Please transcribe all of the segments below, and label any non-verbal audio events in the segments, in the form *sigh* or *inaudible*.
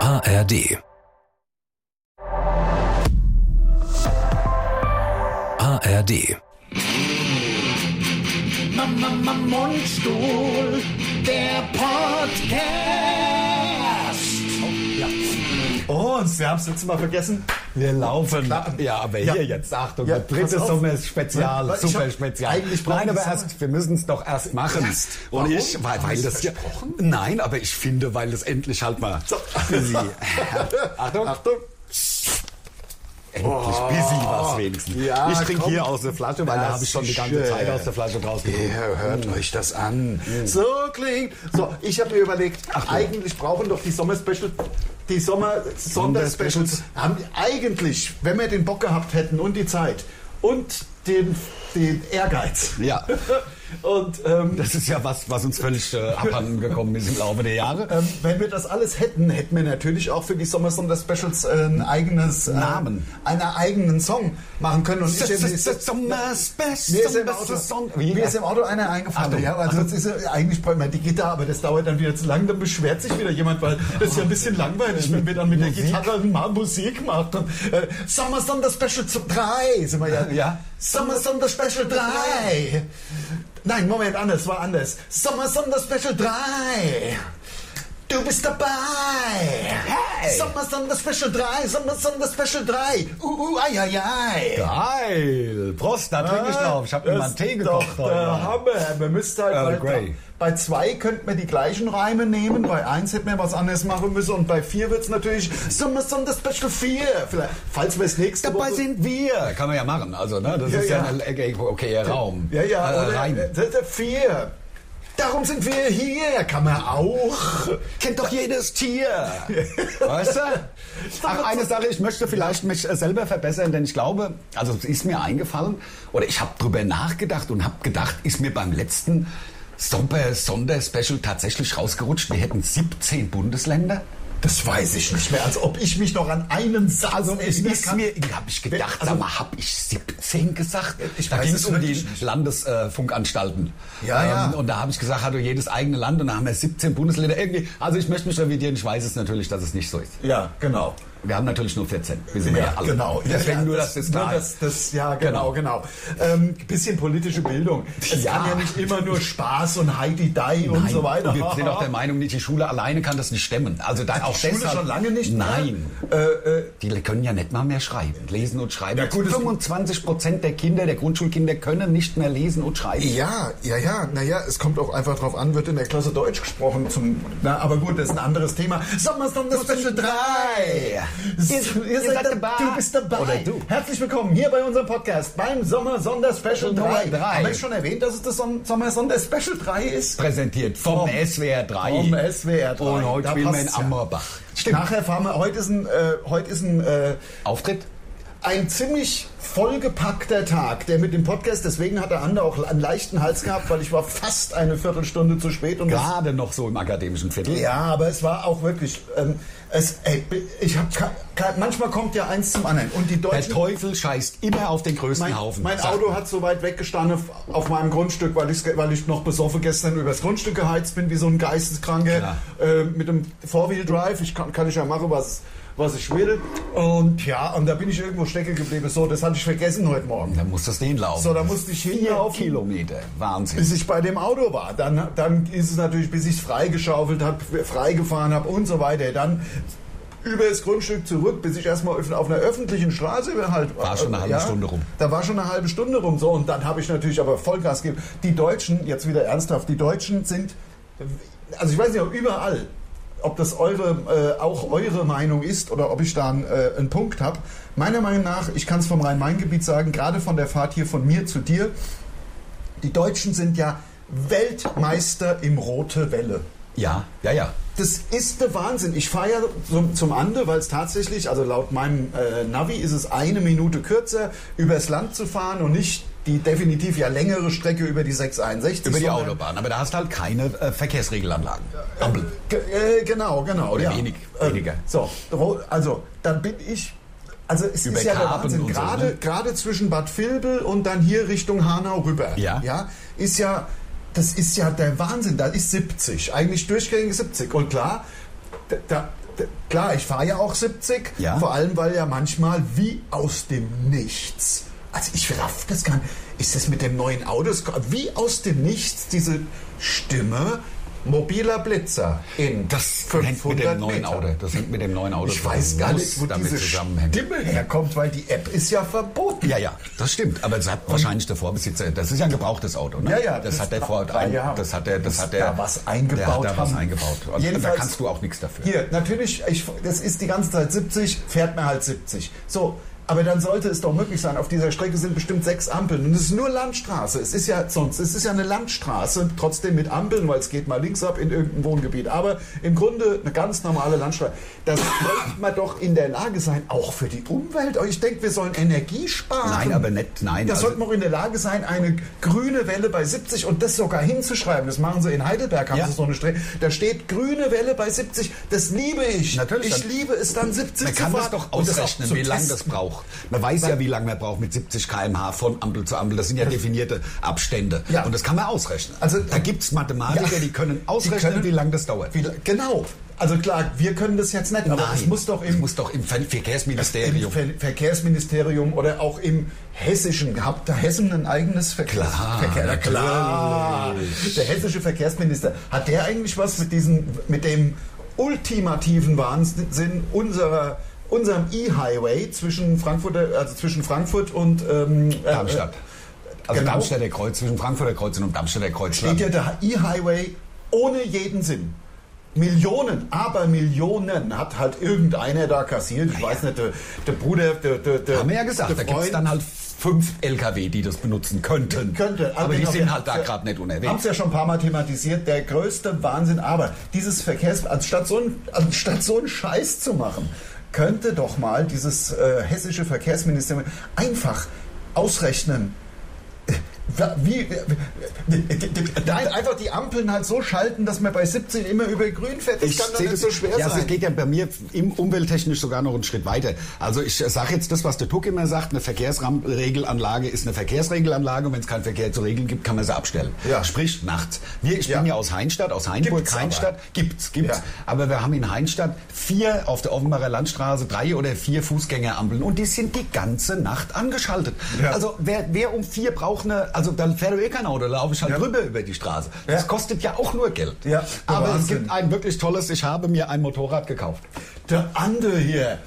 ARD. ARD. Mama, Mama, Mundstuhl, der Podcast. Oh, und wir haben es letztes Mal vergessen. Wir laufen. Ja, aber hier jetzt, Achtung, Ja, das dritte pass auf. Sommerspezial, Ja, ich hab- Superspezial. eigentlich brauchen Nein, aber wir- erst, wir müssen es doch erst machen. Erst? Und Warum? ich, weil, Haben weil Sie das es hier- versprochen? Nein, aber ich finde, weil das endlich halt mal *laughs* busy. Achtung, Achtung. Endlich busy war es wenigstens. Oh. Ja, ich trinke komm. hier aus der Flasche, weil da Na, habe ich schon die ganze sicher. Zeit aus der Flasche Hm. draus getrunken. Ihr hört euch das an. Mhm. So klingt. So, ich habe mir überlegt, eigentlich brauchen doch die Sommerspecial, die Sommer Sonderspecials, Sonderspecials. haben eigentlich, wenn wir den Bock gehabt hätten und die Zeit und den, den Ehrgeiz. Ja. Und ähm, Das ist ja was, was uns völlig äh, abhanden gekommen ist im Laufe der Jahre. ähm, wenn wir das alles hätten, hätten wir natürlich auch für die Sommersonderspecials äh, ein eigenes äh, Namen. einer eigenen Song machen können. Und Das ist das Mir ist, Sommerspecial. im Auto, Wie? mir ist im Auto einer eingefallen. Achtung, Ja, weil sonst ist er, eigentlich bräuchte man die Gitarre, aber das dauert dann wieder zu lang. Dann beschwert sich wieder jemand, weil das ist ja ein bisschen langweilig, wenn wir dann mit der Gitarre mal Musik macht. Und, äh, Summer Thunder Special 3 sind wir ja. Ja. Summer Thunder Special 3. Nein, Moment, anders, war anders. Summer Thunder Special 3. Du bist dabei. Hey. Summer Thunder Special 3. Summer Thunder Special 3. Uh, uh, ai, ai, ai. Geil! Prost, da trinke ich drauf. Ich habe mir mal einen Tee gekocht Doch, der heute. Hammer. Man müsste halt Earl bei, Grey. bei zwei könnte man die gleichen Reime nehmen, bei eins hätte man was anderes machen müssen und bei vier wird es natürlich Summer Sunday Special 4. Vielleicht, falls wir es nächste Dabei Woche... sind wir! Kann man ja machen. Also, ne? Das Ja, ist ja, ja. ein okay, okay, Raum. Ja, ja, Äh, oder? rein. Das ist der Vier. Darum sind wir hier, kann man auch. Kennt doch jedes Tier! *laughs* weißt du? Ach, eine Sache, ich möchte vielleicht mich äh, selber verbessern, denn ich glaube, also es ist mir eingefallen, oder ich habe drüber nachgedacht und habe gedacht, ist mir beim letzten Sommer- Sonderspecial tatsächlich rausgerutscht. Wir hätten 17 Bundesländer. Das weiß ich nicht mehr, als ob ich mich noch an einen Satz Also es erinnern ist kann. mir, habe ich gedacht, Also- sag mal, habe ich 17 gesagt? Ich da weiß ging es es um die wirklich nicht. Landesfunkanstalten. Ja, ja. Ähm, Und da habe ich gesagt, hat du jedes eigene Land und da haben wir 17 Bundesländer. Irgendwie, also ich möchte mich revidieren, ich weiß es natürlich, dass es nicht so ist. Ja, genau. Wir haben natürlich nur 14, wissen wir ja, Ja, alle. genau. Deswegen ja, nur, dass das klar nur das, ist. das, Ja, genau, genau. Ähm, bisschen politische Bildung. Es Ja. kann ja nicht immer nur Spaß und Heidi Dai und Nein, so weiter. Und wir sind auch der Meinung, nicht die Schule alleine kann das nicht stemmen. Also da auch Schule deshalb, schon lange nicht mehr? Nein. Die können ja nicht mal mehr schreiben, lesen und schreiben. Ja, gut, es- 25 Prozent der Kinder, der Grundschulkinder, können nicht mehr lesen und schreiben. ja, ja, ja, naja, es kommt auch einfach drauf an, wird in der Klasse Deutsch gesprochen zum, na, aber gut, das ist ein anderes Thema. Sommersonde Special 3! Ihr- ihr seid dabei. Du bist dabei! Oder du. Herzlich willkommen hier bei unserem Podcast, beim Sommersonde Special Nummer 3. drei. Haben wir schon erwähnt, dass es das Son- Sommersonde Special 3 ist? Präsentiert vom Vom- SWR 3. vom SWR 3. Und heute Da spielen wir in passt's ja. Ammerbach. Nachher fahren wir, heute ist ein, äh, heute ist ein, äh, Auftritt? ein ziemlich vollgepackter Tag, der mit dem Podcast, deswegen hat der Ander auch einen leichten Hals gehabt, weil ich war fast eine Viertelstunde zu spät und das, Gerade noch so im akademischen Viertel. ja, aber es war auch wirklich, ähm, es, ey, ich habe manchmal kommt ja eins zum anderen und die Der Deutschen Teufel scheißt immer auf den größten mein, Haufen. mein sagt Auto man. hat so weit weggestanden auf- auf meinem Grundstück, weil ich, weil ich noch besoffen gestern übers Grundstück geheizt bin, wie so ein Geisteskranker. Klar. Äh, mit dem Four-Wheel Drive. Ich kann, kann ich ja machen, was, was ich will. Und ja, und da bin ich irgendwo stecken geblieben. So, das hatte ich vergessen heute Morgen. Da musstest du hinlaufen. So, da musste ich Vier hinlaufen. Kilometer. Wahnsinn. Bis ich bei dem Auto war, dann, dann ist es natürlich, bis ich es freigeschaufelt habe, freigefahren habe und so weiter. Dann über das Grundstück zurück, bis ich erstmal öff- auf einer öffentlichen Straße halt War schon eine halbe Stunde rum. Da war schon eine halbe Stunde rum so und dann habe ich natürlich aber Vollgas gegeben. Die Deutschen, jetzt wieder ernsthaft, die Deutschen sind, also ich weiß nicht, ob überall, ob das eure, äh, auch eure Meinung ist oder ob ich da einen, äh, einen Punkt habe. Meiner Meinung nach, ich kann es vom Rhein-Main-Gebiet sagen, gerade von der Fahrt hier von mir zu dir, die Deutschen sind ja Weltmeister im Rote Welle. Ja, ja, ja. Das ist der Wahnsinn. Ich fahre ja zum, zum Ande, weil es tatsächlich, also laut meinem äh, Navi ist es eine Minute kürzer, übers Land zu fahren und nicht die definitiv ja längere Strecke über die 661. Über die sondern- Autobahn. Aber da hast du halt keine äh, Verkehrsregelanlagen. Ampeln. Ge- äh, genau, genau. Oder wenig- Ähm, weniger. So, ro- also dann bin ich. Also es Über ist ja der Karpen Wahnsinn. und so, Gerade ne? gerade zwischen Bad Vilbel und dann hier Richtung Hanau rüber. Ja. ja ist ja, das ist ja der Wahnsinn. Da ist 70. Eigentlich durchgängig 70. Und klar, da, da d- klar, ich fahre ja auch 70, Ja. vor allem weil ja manchmal wie aus dem Nichts. Also ich raff das gar nicht. Ist das mit dem neuen Auto? Es kommt Wie aus dem Nichts diese Stimme mobiler Blitzer in Das 500 hängt mit dem neuen Meter. Auto. Das hängt mit dem neuen Auto. Ich zusammen. weiß gar Muss nicht, wo damit diese zusammenhängt. Stimme herkommt, weil die App ist ja verboten. Ja, ja, das stimmt. Aber das hat wahrscheinlich der Vorbesitzer. Das ist ja ein gebrauchtes Auto, ne? Ja, ja, Das, das hat der nach vor. drei Jahren. Das hat der. Das Muss hat der. da was eingebaut Der hat da was haben. eingebaut. Also, da Jedenfalls- kannst du auch nichts dafür. Hier, natürlich, ich, das ist die ganze Zeit 70, fährt man halt 70. So, aber dann sollte es doch möglich sein, auf dieser Strecke sind bestimmt sechs Ampeln. Und es ist nur Landstraße. Es ist ja sonst, es ist ja eine Landstraße, trotzdem mit Ampeln, weil es geht mal links ab in irgendein Wohngebiet. Aber im Grunde eine ganz normale Landstraße. Da sollte man doch in der Lage sein, auch für die Umwelt. Ich denke, wir sollen Energie sparen. Nein, aber nicht. Nein. Da also- sollte man auch in der Lage sein, eine grüne Welle bei 70 und das sogar hinzuschreiben. Das machen sie in Heidelberg, haben Ja. sie so eine Strecke. Da steht grüne Welle bei 70. Das liebe ich. Natürlich, Ich dann- liebe es dann 70 man zu kann das fahren doch und das auch ausrechnen, zu wie lange das testen. braucht. Man weiß ja, wie lange man braucht mit 70 km/h von Ampel zu Ampel. Das sind ja definierte Abstände. Ja. Und das kann man ausrechnen. Also- da gibt's Mathematiker, Ja. die können Die ausrechnen, können- wie lange das dauert. Wie la- Genau. Also klar, wir können das jetzt nicht, aber Nein. es muss doch es im, muss doch im Ver- im Verkehrsministerium. Ver Verkehrsministerium oder auch im Hessischen, hat der Hessen ein eigenes Verkehrs Klar, Verkehr? Na klar. Der hessische Verkehrsminister, hat der eigentlich was mit, diesen, mit dem ultimativen Wahnsinn unserer unserem E-Highway zwischen Frankfurt, also zwischen Frankfurt und ähm, äh, Darmstadt. Also Genau. Darmstädter Kreuz, zwischen Frankfurter Kreuz und Darmstädter Kreuz. äh, steht ja der E-Highway ohne jeden Sinn. Millionen, aber Millionen hat halt irgendeiner da kassiert. Ich weiß nicht, der, der Bruder, der, der, der Haben wir ja gesagt, der da gibt es Freund. dann halt fünf LKW, die das benutzen könnten. Könnte. aber die genau, sind wir- halt da wir- gerade nicht Haben es unerwähnt. ja schon ein paar Mal thematisiert. Der größte Wahnsinn. Aber dieses Verkehrs... Anstatt so, ein, anstatt so einen Scheiß zu machen, könnte doch mal dieses äh, hessische Verkehrsministerium einfach ausrechnen, äh, wie, äh, wie, nein, einfach die Ampeln halt so schalten, dass man bei 17 immer über grün fährt. Das kann doch seh nicht so schwer ja, sein. es geht ja bei mir im umwelttechnisch sogar noch einen Schritt weiter. Also ich sage jetzt das, was der Tuck immer sagt, eine Verkehrsregelanlage ist eine Verkehrsregelanlage und wenn es keinen Verkehr zu regeln gibt, kann man sie abstellen. Ja. Sprich nachts. Wir, ich Ja. bin ja aus Heinstadt, aus Hainburg, Gibt's aber. Heinstadt. Gibt's, gibt's. Ja. Aber wir haben in Heinstadt vier auf der Offenbarer Landstraße, drei oder vier Fußgängerampeln und die sind die ganze Nacht angeschaltet. Ja. Also wer, wer um vier braucht eine, also dann fährt doch eh kein Auto, da laufe ich halt Ja. drüber über die Straße. Das Ja. kostet ja auch nur Geld. Ja, Aber es Wahnsinn. gibt ein wirklich tolles, ich habe mir ein Motorrad gekauft. Der andere hier.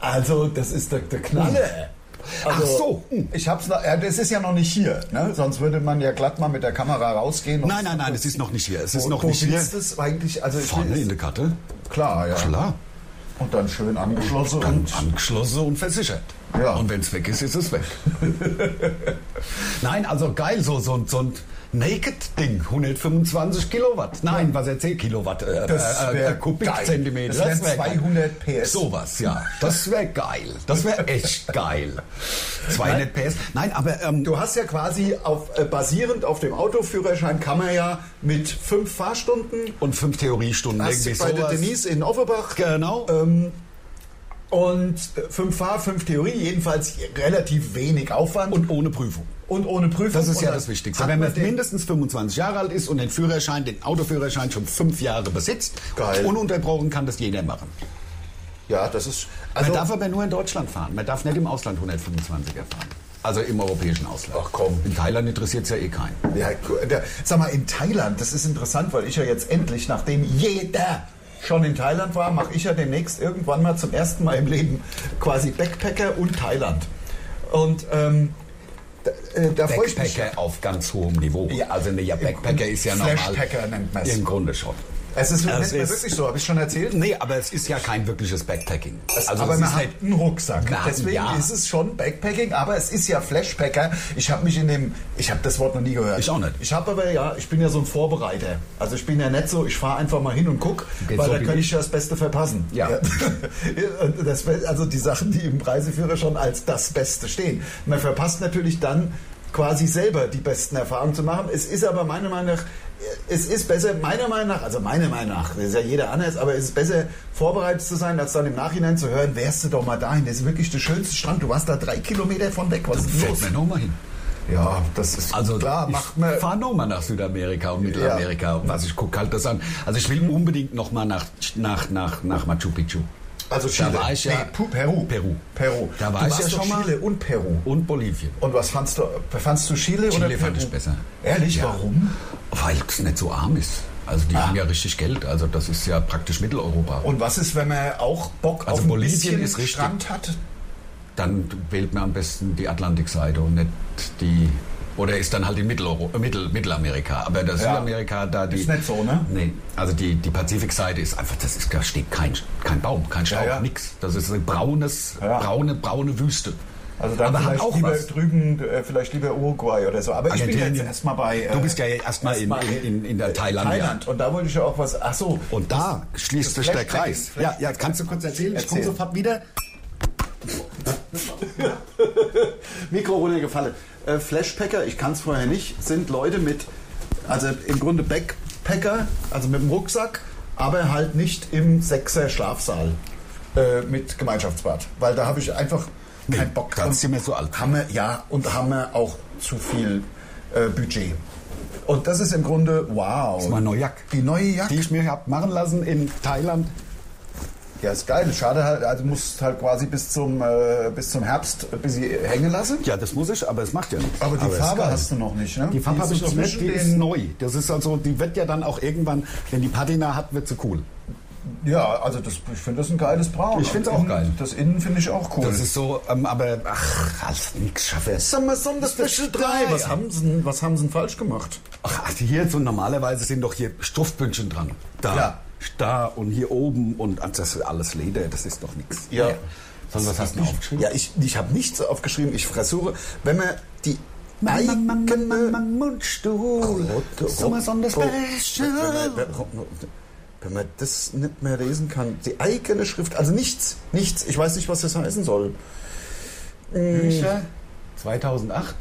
Also, das ist der, der Knalle. Ach Also, so, hm. Ich hab's noch, ja, das ist ja noch nicht hier, ne? Sonst würde man ja glatt mal mit der Kamera rausgehen. und- Nein, nein, nein, es ist noch nicht hier. Es ist Wo- noch wo nicht hier. sitzt es eigentlich? Also ich Vorne in der Karte? klar, ja. Klar. Und dann schön angeschlossen Dann und angeschlossen und versichert. Ja. Und wenn es weg ist, ist es weg. *laughs* nein, also geil, so, so, so ein Naked-Ding, 125 Kilowatt. Nein, was erzählt Kilowatt? Äh, Das äh, wär äh, Kubikzentimeter. geil. Das wär wären 200 PS. Sowas, ja. Das wäre geil. Das *laughs* wäre echt geil. 200 PS. Nein, aber ähm, Du hast ja quasi auf, äh, basierend auf dem Autoführerschein kann man ja mit fünf Fahrstunden und fünf Theoriestunden hast irgendwie du bei der sowas. Denise in Offenbach Genau. ähm, und äh, fünf Fahr, fünf Theorie, jedenfalls relativ wenig Aufwand und ohne Prüfung. und ohne Prüfung. Das ist Und ja dann das Wichtigste. hat Wenn man den- mindestens 25 Jahre alt ist und den Führerschein, den Autoführerschein schon fünf Jahre besitzt, Geil. ununterbrochen kann das jeder machen. ja, das ist Man also. darf aber nur in Deutschland fahren. Man darf nicht im Ausland 125er fahren. Also im europäischen Ausland. Ach komm. In Thailand interessiert es ja eh keinen. Ja, der, sag mal, in Thailand, das ist interessant, weil ich ja jetzt endlich, nachdem jeder schon in Thailand war, mache ich ja demnächst irgendwann mal zum ersten Mal im Leben quasi Backpacker und Thailand. Und ähm, da, äh, da freue ich mich. Backpacker auf ganz hohem Niveau. Ja. also ne, ja, Backpacker ist ja normal. Flashpacker nennt man es. Im Grunde schon. Es Also Es ist, nennt man ist- wirklich so, habe ich schon erzählt. Nee, aber es ist ja kein wirkliches Backpacking. Also aber es man ist hat nicht- einen Rucksack. Wir hatten- Deswegen ja. ist es schon Backpacking, aber es ist ja Flashpacker. Ich habe mich in dem, ich habe das Wort noch nie gehört. Ich auch nicht. Ich habe aber ja, ich bin ja so ein Vorbereiter. Also ich bin ja nicht so, ich fahre einfach mal hin und guck, Geht weil so da wie könnte ich. ich ja das Beste verpassen. Ja. *laughs* Und das, wär- also die Sachen, die im Reiseführer schon als das Beste stehen. Man verpasst natürlich dann quasi selber die besten Erfahrungen zu machen. Es ist aber meiner Meinung nach, es ist besser, meiner Meinung nach, also meiner Meinung nach, das ist ja jeder anders, aber es ist besser vorbereitet zu sein, als dann im Nachhinein zu hören, wärst du doch mal dahin. Das ist wirklich der schönste Strand. Du warst da drei Kilometer von weg. Was ist Fällt los? mir nochmal hin. Ja, das ist Also klar, macht man. ich fahre nochmal nach Südamerika und Mittelamerika. Was ich gucke halt das an. Also ich will unbedingt nochmal nach, nach, nach, nach Machu Picchu. Also Da Chile. war ich ja- nee, Pu- Peru. Peru. Peru. Da war du ich warst ja doch schon mal. Chile und Peru. Und Bolivien. Und was fandst du? Fandst du Chile, oder Chile Peru? fand ich besser. Ehrlich, Ja. warum? Weil es nicht so arm ist. Also Ah. die haben ja richtig Geld. Also das ist ja praktisch Mitteleuropa. Und was ist, wenn man auch Bock Also auf ein Bolivien bisschen ist richtig. Strand hat? dann wählt man am besten die Atlantikseite und nicht die. Oder ist dann halt in Mitteleuro äh, Mittel, Mittelamerika. Aber das Ja. Südamerika, da die. Ist nicht so, ne? Nee, also die, die Pazifikseite ist einfach, das ist, da steht kein, kein Baum, kein Staub, ja. nix. Das ist ein braunes, Ja. braune, braune Wüste. Also dann Aber hat vielleicht auch lieber was. drüben, äh, vielleicht lieber Uruguay oder so. Aber ich bin ja Argentinien. jetzt erstmal bei. äh, Du bist ja erstmal in, erstmal in, in, in der Thailand. Thailand. Und da wollte ich ja auch was. Ach so. Und da schließt sich der Flashback, Kreis. Ja, Flashback. ja, kannst du kurz erzählen? Ich komme Erzähl. sofort wieder. Mikro runtergefallen. Äh, Flashpacker, ich kann es vorher nicht, sind Leute mit, Also im Grunde Backpacker, also mit dem Rucksack, aber halt nicht im Sechser Schlafsaal äh, mit Gemeinschaftsbad, weil da habe ich einfach keinen Bock. da Und sind wir so alt. Haben wir, ja, und haben wir auch zu viel äh, Budget. Und das ist im Grunde wow. Das ist meine neue Jacke. Die neue Jacke. Die ich mir hab machen lassen in Thailand. Ja, ist geil. Schade halt, also musst halt quasi bis zum, äh, bis zum Herbst ein bisschen hängen lassen. Ja, das muss ich, aber es macht ja nichts. Aber die es ist Farbe geil. hast du noch nicht, ne? Die Farbe ist habe ich noch nicht, zwischen die ist den- neu. Das ist also, die wird ja dann auch irgendwann, wenn die Patina hat, wird sie cool. Ja, also das, ich finde das ein geiles Braun. Ich find's Und auch innen- geil. Das Innen finde ich auch cool. Das ist so, ähm, aber ach, also nix schaffe ich. Summer Summer Special 3. Was haben sie denn, was haben sie denn falsch gemacht? Ach, also hier so normalerweise sind doch hier Stoffbündchen dran. Da, Ja. da und hier oben und ach, das ist alles Leder, das ist doch nichts. Ja. Sondern was hast du denn aufgeschrieben? Ja, ich, ich habe nichts aufgeschrieben. Ich versuche, wenn man die eigene... Mundstuhl. Sommer Sonderspecial. Wenn man das nicht mehr lesen kann, die eigene Schrift, also nichts, nichts. Ich weiß nicht, was das heißen soll. Hm. 2008?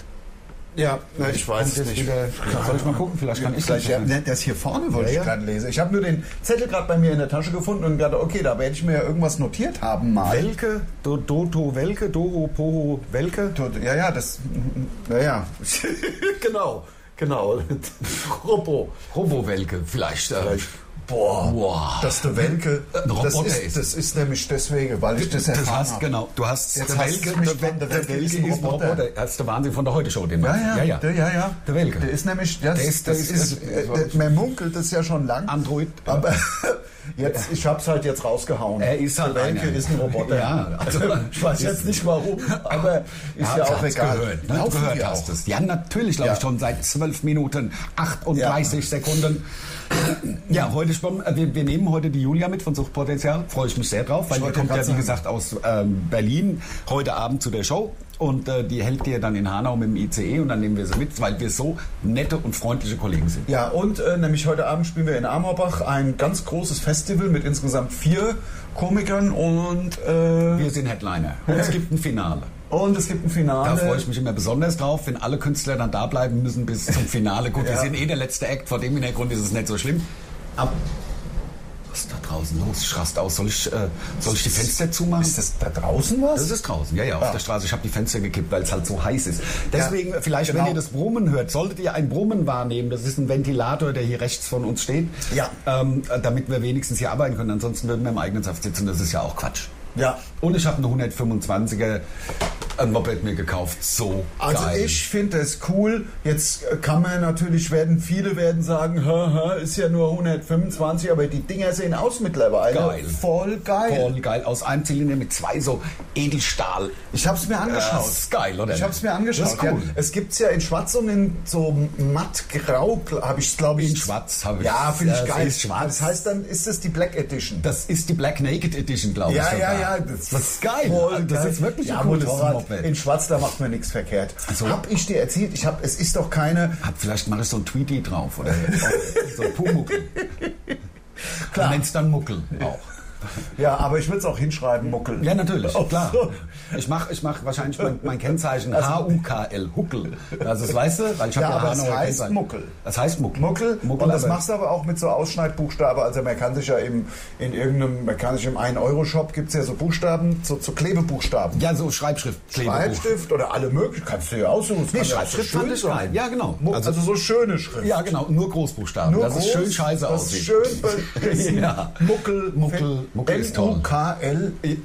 Ja, na, ich weiß es Jetzt nicht. wieder- Soll ich mal gucken? Vielleicht kann ich Vielleicht, das ja, nicht. ne, das hier vorne Ja, wollte ich ja. gerade lesen. Ich habe nur den Zettel gerade bei mir in der Tasche gefunden und gedacht, okay, da werde ich mir ja irgendwas notiert haben mal. Welke, Do, Doto, Welke, Doro, Poho, *laughs* Welke. Ja, ja, das. Ja, ja. genau, genau. Robo. Robo-Welke, vielleicht. äh, Boah, Boah. das ist eine Welke. Ein Das Roboter ist, Äh, ist. das ist nämlich deswegen, weil ich das erfahren hast, habe. genau. Du hast Jetzt der hast du mich dran, der, der Welke ist ein Roboter. Das ist der Wahnsinn von der Heute Show, den Ja, meinst du? ja, ja, der, ja, ja. Der Welke. Der ist nämlich, das, Der ist- das der ist, ist- äh, der, man munkelt das ja schon lang. Android. Aber *laughs* jetzt, ich hab's halt jetzt rausgehauen. Er ist halt der Welke einer. ist ein Roboter. Ja, also- ich weiß jetzt nicht warum, aber ist ja, Ja, auch hat's egal. Gehört, ne? Du Laufen gehört wir hast auch. es. Ja, natürlich laufe Ja. ich schon seit 12 Minuten 38 Sekunden. Ja, heute schon, äh, wir, wir nehmen heute die Julia mit von Suchtpotenzial. Freue ich mich sehr drauf, weil Ich die wollte kommt grad ja, wie sagen. gesagt, aus ähm, Berlin heute Abend zu der Show. Und äh, die hält dir dann in Hanau mit dem ICE und dann nehmen wir sie mit, weil wir so nette und freundliche Kollegen sind. Ja, und äh, nämlich heute Abend spielen wir in Amorbach ein ganz großes Festival mit insgesamt vier Komikern und, äh, Wir sind Headliner. Und *laughs* es gibt ein Finale. und es gibt ein Finale. Da freue ich mich immer besonders drauf, wenn alle Künstler dann da bleiben müssen bis zum Finale. Gut, wir Ja. sind eh der letzte Act, vor dem Hintergrund ist es nicht so schlimm. Aber was ist da draußen los? Ich raste aus. Soll ich, äh, soll ich die Fenster zumachen? Ist das da draußen was? Ah. Das ist draußen, ja, ja, auf der Straße. Ich habe die Fenster gekippt, weil es halt so heiß ist. Deswegen, Ja, vielleicht, genau. wenn ihr das Brummen hört, solltet ihr ein Brummen wahrnehmen. Das ist ein Ventilator, der hier rechts von uns steht. Ja. Ähm, äh, damit wir wenigstens hier arbeiten können. Ansonsten würden wir im eigenen Saft sitzen. Das ist ja auch Quatsch. Ja. Und ich habe eine 125er ein Moped mir gekauft. So Also geil. ich finde es cool. Jetzt kann man natürlich werden, viele werden sagen, hä, hä, ist ja nur 125, aber die Dinger sehen aus mittlerweile. Geil. Voll geil. Voll geil. Aus einem Zylinder mit zwei so Edelstahl. Ich habe es mir angeschaut. Das ist geil, oder? Ich habe es mir angeschaut. Das ist cool. ja. Es gibt es ja in Schwarz und in so mattgrau, habe ich glaube ich. In Schwarz habe ich Ja, es. finde Ja, ich es geil. ist schwarz. Das heißt, dann ist das die Black Edition. Das ist die Black Naked Edition, glaube ich. ja, sogar. ja, ja, Das, ist geil. voll das geil. ist wirklich ja, ein cooles Motorrad Moped. In Schwarz, da macht man nichts verkehrt. Also- hab ich dir erzählt, ich hab, es ist doch keine Hab, vielleicht mache ich so ein Tweety *laughs* drauf oder so ein Pumuckel. Klar. Und nenn's dann Muckel auch. Ja, aber ich würde es auch hinschreiben, Muckel. Ja, natürlich, Auch klar. so. Ich mache ich mach wahrscheinlich mein, mein Kennzeichen H-U-K-L, Huckel. Also, das weißt du, weil ich habe Ja, aber Hanauer es heißt Kennzeichen. Muckel. Das heißt Muckel. Muckel. und das aber- machst du aber auch mit so Ausschneidbuchstaben. Also man kann sich ja im, in irgendeinem, man kann sich im 1-Euro-Shop gibt es ja so Buchstaben, so, so Klebebuchstaben. Ja, so Schreibschrift, Klebebuch. Schreibstift oder alle möglichen, kannst du ja aussuchen. Das Nee, kann ja auch Schreibschrift fand ich geil. Ja, genau. Mu- Also- Also, so schöne Schrift. Ja, genau, nur Großbuchstaben. Nur das ist groß, schön scheiße das aussieht. *laughs* Ist schön beschissen. Ja. Muckel, Muckel, Muckel ist toll. M-U-K-L. E,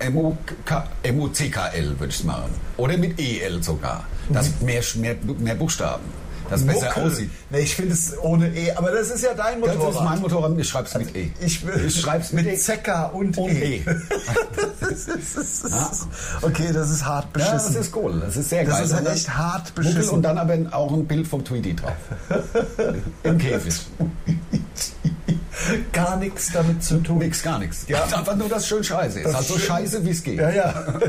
M-U-K- M-U-C-K-L würde ich machen. Oder mit E-L sogar. Das sind mehr, mehr, mehr Buchstaben. Das besser Mhm. Muckel. aussieht. Nee, ich finde es ohne E, aber das ist ja dein Das Motorrad. ist mein Motorrad, ich schreib's mit E. Ich, ich schreib's mit, E. mit Zecker und, und E. E. Das ist- das ist- *laughs* Okay, das ist hart Ja, beschissen. das ist cool. Das ist sehr Das geil. ist ja Und dann echt hart Muckel beschissen. Und dann aber auch ein Bild vom Tweety drauf. *laughs* Im Käfig. Um Gar nichts damit zu tun. Nix, gar nichts. Ja. Das ist Einfach nur, dass schön scheiße ist. Das also schön- scheiße, wie es geht. Ja, ja. *laughs*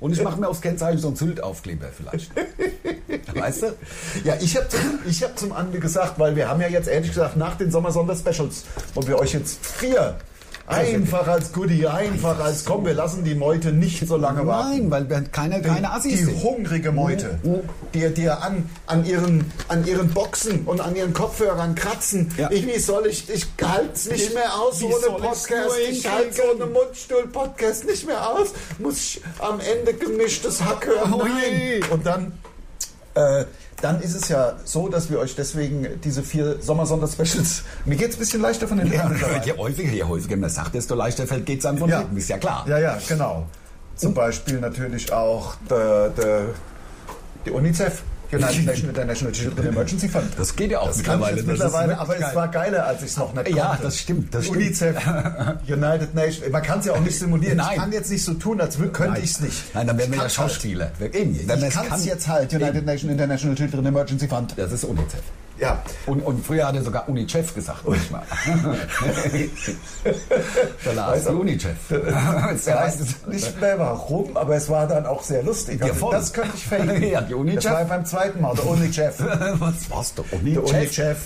Und ich mache mir aufs Kennzeichen so einen Sylt-Aufkleber *laughs* vielleicht. weißt du? Ja, ich habe zum, ich hab zum Ande gesagt, weil wir haben ja jetzt ehrlich gesagt nach den Sommersonderspecials, wo wir euch jetzt vier einfach als Goodie, einfach als komm, wir lassen die Meute nicht so lange warten. Nein, weil wir keine, keine Assis die sind. Oh, hungrige Meute, die, die an, an, ihren, an ihren Boxen und an ihren Kopfhörern kratzen. Ja. Ich, wie soll ich, ich halt's nicht mehr aus Wie ohne soll ich's Podcast. nur Ich halt's hinkriegen? ohne Mundstuhl-Podcast nicht mehr aus. Muss ich am Ende gemischtes Hack hören? Oh Nein. je. Und dann äh, dann ist es ja so, dass wir euch deswegen diese vier Sommersonderspecials. Mir geht es ein bisschen leichter von den Ja, Ohren und dabei. *laughs* je häufiger, je häufiger man sagt, desto leichter fällt geht's einem von Ja. hinten, ist ja klar. Ja, ja, genau. Zum Beispiel natürlich auch der, der, die UNICEF, *laughs* United Nations International Children Emergency Fund. Das geht ja auch kann mittlerweile. ich jetzt Das ist mittlerweile, wirklich aber geil. es war geiler, als ich es noch nicht Ja, konnte. das stimmt, das stimmt. UNICEF, *laughs* United Nations, man kann es ja auch nicht simulieren. Nein. Ich kann jetzt nicht so tun, als wür- könnte ich es nicht. Nein, dann werden wir Ich ja kann's halt. Schauspieler. Wir- Eben, wenn man Ich es kann es kann. jetzt halt, United Nations International Children Emergency Fund. Das ist UNICEF. Ja, Und, und früher hat er sogar UNICEF gesagt, *laughs* manchmal. der Lars *laughs* UNICEF. Ich weiß nicht mehr warum, aber es war dann auch sehr lustig. Ja, Also voll. das könnte ich verhindern. *laughs* Ja, die Uni-Chef. Das war beim zweiten Mal, der Uni-Chef. *laughs* *laughs* Was war's doch? Der UNICEF. Uni-Chef.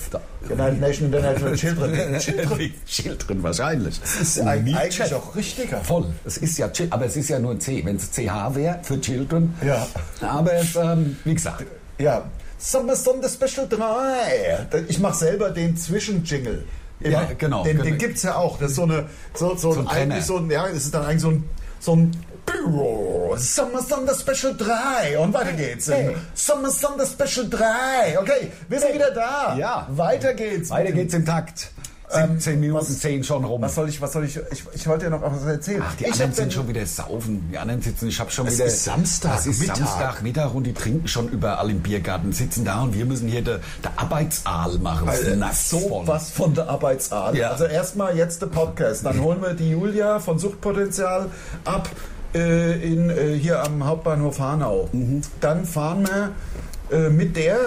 United Nations International Children. Children *laughs* Children wahrscheinlich. Das ist eig- eigentlich auch richtiger. Voll. Es ist ja, Chi- aber es ist ja nur ein C. Wenn es CH wäre für Children. Ja. Aber es, ähm, wie gesagt, Ja, Summer Sonder Special 3. Ich mache selber den Zwischenjingle. Immer. Ja, genau, Den, genau. den gibt es ja auch. Das ist so eine. So, So so, ein ein Trenner. eigentlich so ein, ja, das ist dann eigentlich so ein. So ein Büro. Summer Sonder Special 3. Und weiter geht's. Hey. Summer Sonder Special 3. Okay, wir sind wieder da. Ja. Weiter geht's. weiter geht's im Takt. 17 Minuten, was- 10 schon rum. Was soll ich, was soll ich, ich, ich wollte ja noch was erzählen. Ach, die ich anderen hab sind den- schon wieder saufen. Die anderen sitzen, ich habe schon Es wieder. ist Samstag, Es ist Mittag. Samstag, Mittag und die trinken schon überall im Biergarten, sitzen da und wir müssen hier der de Arbeitsaal machen. Es Weil, ist äh, nass so voll. was von der Arbeitsart. Ja. Also erstmal jetzt der Podcast. Dann holen wir die Julia von Suchtpotenzial ab äh, in, äh, hier am Hauptbahnhof Hanau. Mhm. Dann fahren wir äh, mit der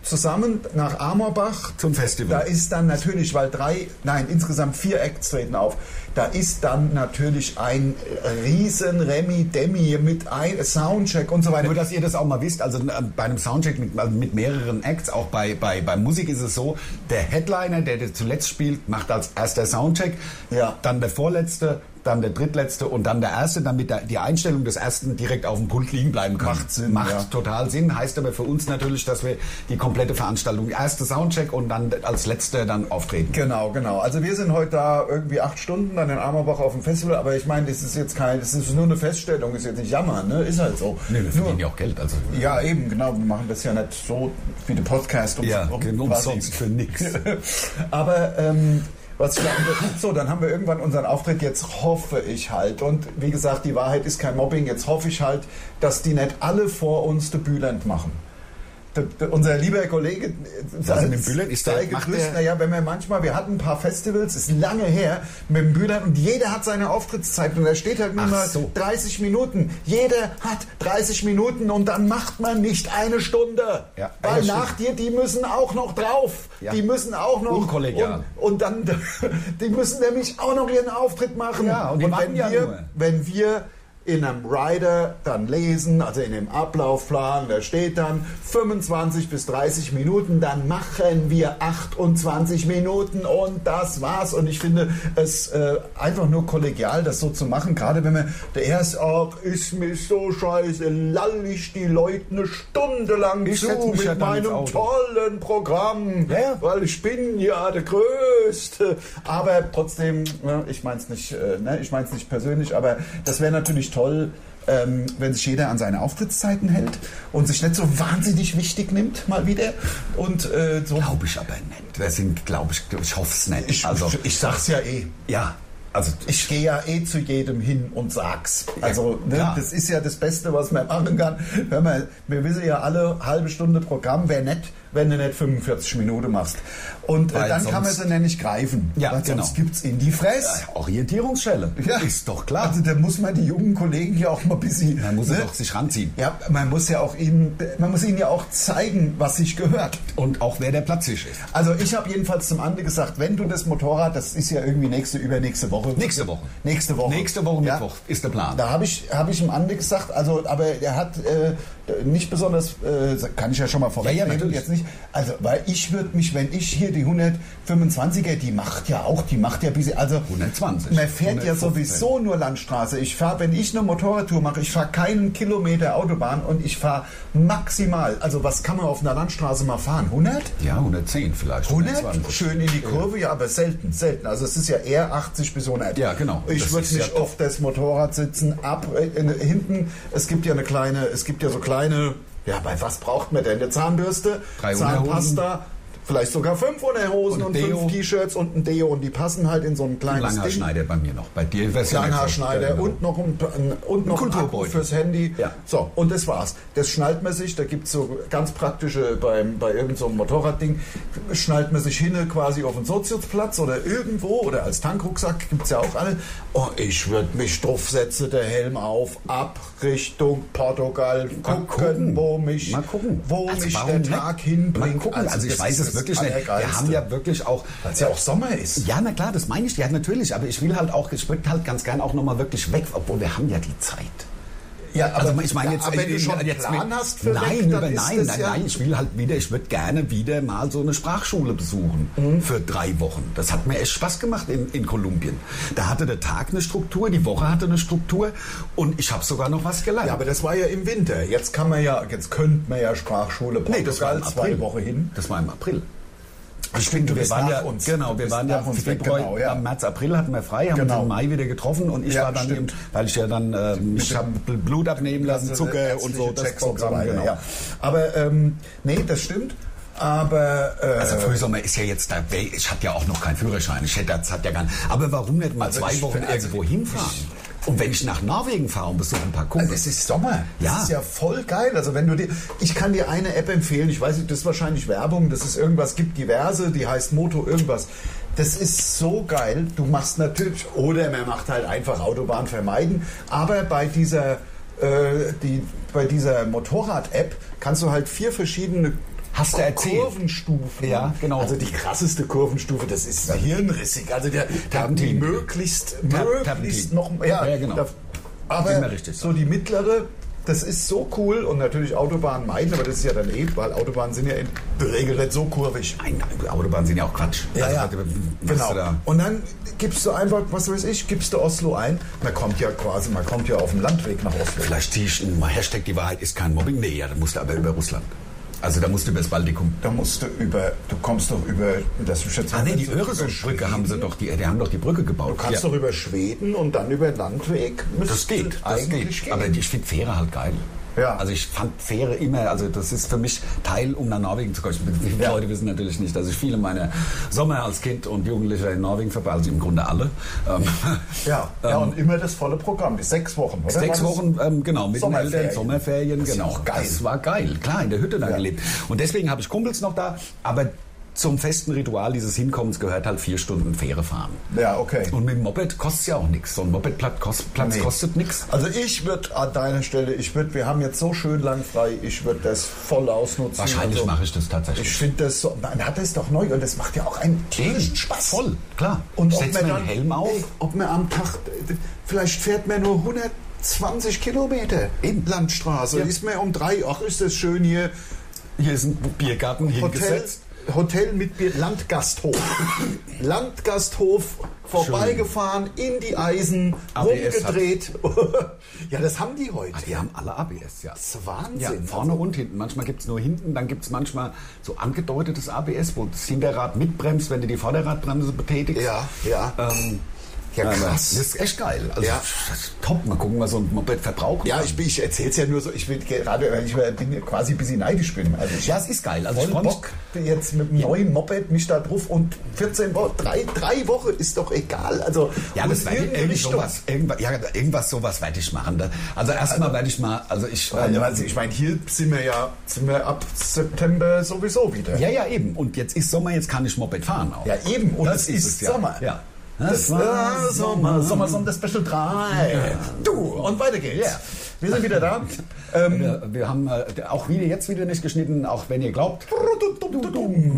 zusammen nach Amorbach. Zum Festival. Da ist dann natürlich, weil drei, nein, insgesamt vier Acts treten auf. Da ist dann natürlich ein riesen Remi Demi mit ein Soundcheck und so weiter. Nur, dass ihr das auch mal wisst, also äh, bei einem Soundcheck mit, also mit mehreren Acts, auch bei, bei, bei Musik ist es so, der Headliner, der das zuletzt spielt, macht als erster Soundcheck, Ja. dann der vorletzte, dann der drittletzte und dann der erste, damit der, die Einstellung des ersten direkt auf dem Pult liegen bleiben kann. Macht Sinn, Macht ja. total Sinn, heißt aber für uns natürlich, dass wir die komplette Veranstaltung, erste Soundcheck und dann als letzter dann auftreten. Genau, genau. Also wir sind heute da irgendwie acht Stunden dann in Amerbach auf dem Festival, aber ich meine, das ist jetzt kein, das ist nur eine Feststellung, ist jetzt nicht jammern, ne? Ist halt so. Nee, wir verdienen nur, ja auch Geld. Also, ja, eben, genau. Wir machen das ja nicht so wie der Podcast. Um, genau, umsonst für nix. *laughs* aber ähm, was ich sagen will, so, dann haben wir irgendwann unseren Auftritt. Jetzt hoffe ich halt. Und wie gesagt, die Wahrheit ist kein Mobbing. Jetzt hoffe ich halt, dass die nicht alle vor uns de Bülent machen. De, de, unser lieber Kollege äh, Was mit dem Bülent? Ist der- sei macht gegrüßt. der- Naja, wenn wir manchmal, wir hatten ein paar Festivals, ist lange her, mit dem Bülent und jeder hat seine Auftrittszeit und da steht halt nur Ach mal so. 30 Minuten. Jeder hat 30 Minuten und dann macht man nicht eine Stunde. Ja, weil ja, nach dir, die müssen auch noch drauf. Ja. Die müssen auch noch. Unkollegial. Und, und *laughs* dann, die müssen nämlich auch noch ihren Auftritt machen. Ja, und die warten wenn, ja wir, nur. wenn wir in einem Rider dann lesen, also in dem Ablaufplan, da steht dann 25 bis 30 Minuten, dann machen wir 28 Minuten und das war's. Und ich finde es äh, einfach nur kollegial, das so zu machen, gerade wenn man der erste, ach, ist mir so scheiße, lall ich die Leute eine Stunde lang Ich zu setz mich mit ja dann ins meinem Auto. tollen Programm, Ja, ja. weil ich bin ja der Größte. Aber trotzdem, ne, ich meine es nicht, äh, ne, ich mein's nicht persönlich, aber das wäre natürlich toll, ähm, wenn sich jeder an seine Auftrittszeiten hält und sich nicht so wahnsinnig wichtig nimmt, mal wieder. Und äh, so. Glaube ich aber nicht. Das sind, glaube ich, ich hoffe es nicht. Ich, also, ich, ich sag's ja eh. ja, also Ich gehe ja eh zu jedem hin und sag's. Also, ne, klar. das ist ja das Beste, was man machen kann. Wenn man, wir wissen ja alle, halbe Stunde Programm wäre nett, wenn du nicht 45 Minuten machst. Und äh, Weil dann kann man sonst- sie nämlich greifen. Ja, weil sonst genau. gibt's in die Fresse. Orientierungsschelle. *laughs* Ist doch klar. Also, da muss man die jungen Kollegen ja auch mal ein bisschen. Man muss ne? es doch sich ranziehen. ja, man muss ja auch ihnen, man muss ihnen ja auch zeigen, was sich gehört. Und auch wer der Platztisch ist. Also ich habe jedenfalls zum Ande gesagt, wenn du das Motorrad, das ist ja irgendwie nächste, übernächste Woche. Nächste Woche. Nächste Woche. Nächste Woche Ja. Mittwoch ist der Plan. Da habe ich, hab ich dem Andi gesagt, also, aber er hat äh, nicht besonders, äh, kann ich ja schon mal vorweg Ja, ja, natürlich. jetzt nicht. Also, weil ich würde mich, wenn ich hier die 125er, die macht ja auch, die macht ja bis, also 120. man fährt ja 115. sowieso nur Landstraße. Ich fahre, wenn ich eine Motorradtour mache, ich fahre keinen Kilometer Autobahn und ich fahre maximal, also was kann man auf einer Landstraße mal fahren? 100? Ja, 110 vielleicht. 100? Schön in die Kurve, ja, aber selten, selten. Also es ist ja eher 80 bis 100. Ja, genau. Ich Das würde ist ja nicht top. auf das Motorrad sitzen, ab, äh, in, hinten. Es gibt ja eine kleine, es gibt ja so kleine, ja, bei was braucht man denn? Eine Zahnbürste, Drei Zahnpasta, vielleicht sogar fünf Unterhosen Und und, Deo. fünf T-Shirts und ein Deo und die passen halt in so ein kleines Langer Ding. Schneider bei mir noch. Bei dir wär's ja nicht so. Langhaarschneider Ja, genau. und noch ein, ein, und noch ein Akku Kulturbeutel. fürs Handy. Ja. So, und das war's. Das schnallt man sich, da gibt's so ganz praktische beim, bei irgendeinem so einem Motorradding, schnallt man sich hin quasi auf den Soziusplatz oder irgendwo oder als Tankrucksack gibt's ja auch alle. Oh, ich würde mich drauf setzen, der Helm auf, ab Richtung Portugal, genau. Mal gucken, gucken. wo mich, Mal gucken. wo Also mich warum der nicht? Tag hinbringt. Mal gucken. Also, ich das weiß ist es wirklich das nicht. Wir haben Allergeilste. ja wirklich auch. weil es ja auch Sommer ist. Ja, na klar, das meine ich. Ja, natürlich. Aber ich will halt auch, ich will halt ganz gern auch nochmal wirklich weg, obwohl wir haben ja die Zeit. Ja, Also ich meine jetzt, aber wenn du ich- schon einen jetzt Plan mit- hast für nein, weg, dann über- ist nein, das nein, ja, nein, ich will halt wieder, ich würde gerne wieder mal so eine Sprachschule besuchen Mhm. für drei Wochen. Das hat mir echt Spaß gemacht in, in Kolumbien. Da hatte der Tag eine Struktur, die Woche hatte eine Struktur und ich habe sogar noch was gelernt. Ja, aber das war ja im Winter. Jetzt kann man ja, jetzt könnte man ja Sprachschule Portugal Nee, das war im zwei April. Wochen hin. Das war im April. Ach, Ich finde, du wir bist waren nach ja, uns. genau, Du wir bist waren nach ja uns weg, Februar, genau, ja. am März, April hatten wir frei, haben Genau. uns im Mai wieder getroffen und ich Ja, war dann, im, stimmt. weil ich ja dann, äh, ich habe Blut abnehmen lassen, Zucker und so, das Also, äh, Checks und so Programm, weiter. genau. Ja. Aber ähm, nee, das stimmt. Aber äh, Also Frühsommer ist ja jetzt, da, ich hatte ja auch noch keinen Führerschein, ich hätte, das hat ja gar nicht, aber warum nicht mal Also zwei ich Wochen find- also irgendwo hinfahren? Und wenn ich nach Norwegen fahre und besuche ein paar Also Kumpels, es ist Sommer. Ja. Das ist ja voll geil. Also wenn du dir, ich kann dir eine App empfehlen. Ich weiß nicht, das ist wahrscheinlich Werbung. Das ist irgendwas, gibt diverse, die heißt Moto irgendwas. Das ist so geil. Du machst natürlich, oder man macht halt einfach Autobahn vermeiden. Aber bei dieser, äh, die, bei dieser Motorrad-App kannst du halt vier verschiedene Hast du erzählt. Kurvenstufen. Ja, genau. Also die krasseste Kurvenstufe, das ist hirnrissig. Also der, der Terpentin. möglichst, Ter- möglichst Terpentin. noch, ja, Ja, genau. da- aber Immer richtig. so die mittlere, das ist so cool und natürlich Autobahnen meiden, aber das ist ja dann eh, weil Autobahnen sind ja in der Regel nicht so kurvig. nein, Autobahnen sind ja auch Quatsch. Also, was machst Genau. du da? Und dann gibst du einfach, was weiß ich, gibst du Oslo ein. Man kommt ja quasi, man kommt ja auf dem Landweg nach Oslo. Vielleicht ziehe ich in Hashtag die Wahrheit ist kein Mobbing. Nee, ja, da musst du aber über Russland. Also da musst du über das Baltikum. Da musst du über, du kommst doch über, das ist jetzt Ah nee, die über Öresundbrücke Schweden. haben sie doch, die, die haben doch die Brücke gebaut. Du kannst ja. doch über Schweden und dann über Landweg. das geht, das eigentlich geht. gehen. Aber ich finde Fähre halt geil. Ja. Also ich fand Fähre immer, also das ist für mich Teil, um nach Norwegen zu kommen. Ich bin- Die Ja. Leute wissen natürlich nicht, dass ich viele meiner Sommer als Kind und Jugendlicher in Norwegen verbracht, also im Grunde alle. Ähm, ja, ja und immer das volle Programm, die sechs Wochen, oder? Sechs War das- Wochen, ähm, genau, mit den Sommerferien. Eltern, Sommerferien, Das ist genau. auch geil. Das war geil, klar, in der Hütte da Ja. gelebt. Und deswegen habe ich Kumpels noch da, aber zum festen Ritual dieses Hinkommens gehört halt vier Stunden Fähre fahren. Ja, okay. Und mit dem Moped kostet ja auch nichts. So ein Mopedplatz kost, Platz Nee. kostet nichts. Also ich würde an deiner Stelle, ich würde, wir haben jetzt so schön lang frei, ich würde das voll ausnutzen. Wahrscheinlich also, mache ich das tatsächlich. Ich finde das so, man hat das doch neu und das macht ja auch einen tierischen Eben, Spaß. Voll, klar. Und ich ob setze man mir dann, einen Helm auf. ey, ob man am Tag, vielleicht fährt man nur 100 20 Kilometer Inlandstraße. Ja. Ist mir um drei, ach ist das schön hier. Hier ist ein Biergarten Hotel, hingesetzt. Hotel mit Bier, Landgasthof. Landgasthof vorbeigefahren, in die Eisen, ABS hat- rumgedreht. *laughs* ja, das haben die heute. Ah, die haben alle ABS, ja. Das ist Wahnsinn. Ja, vorne und hinten. Manchmal gibt es nur hinten, dann gibt es manchmal so angedeutetes ABS, wo das Hinterrad mitbremst, wenn du die Vorderradbremse betätigst. Ja, ja. Ähm, ja, aber krass. Das ist echt geil. Also, Ja. das ist top. Mal gucken, was so ein Moped verbraucht. Ja, ich, bin- ich erzähle es ja nur so, ich bin gerade, weil ich bin ja quasi ein bisschen neidisch bin. Also ich Ja, es ist geil. Also voll ich freu mich- Bock jetzt mit dem neuen Moped mich da drauf und 14 Wochen, drei, drei Wochen ist doch egal. Also Ja, und das werde ich irgendeine irgend Richtung. sowas, irgendwas, ja, irgendwas sowas werde ich machen. Da- Also erstmal werde ich mal, also ich, Also, also ich meine, hier sind wir ja sind wir ab September sowieso wieder. ja, ja, eben. Und jetzt ist Sommer, jetzt kann ich Moped fahren auch. Ja, eben. Und Das es ist es, ja. Sommer. Ja. Das war Sommer. Sommer, Sommer, Special 3. Du, und weiter geht's. Ja. Wir sind wieder *laughs* da. Ähm, Wir, wir haben äh, auch wieder jetzt wieder nicht geschnitten, auch wenn ihr glaubt.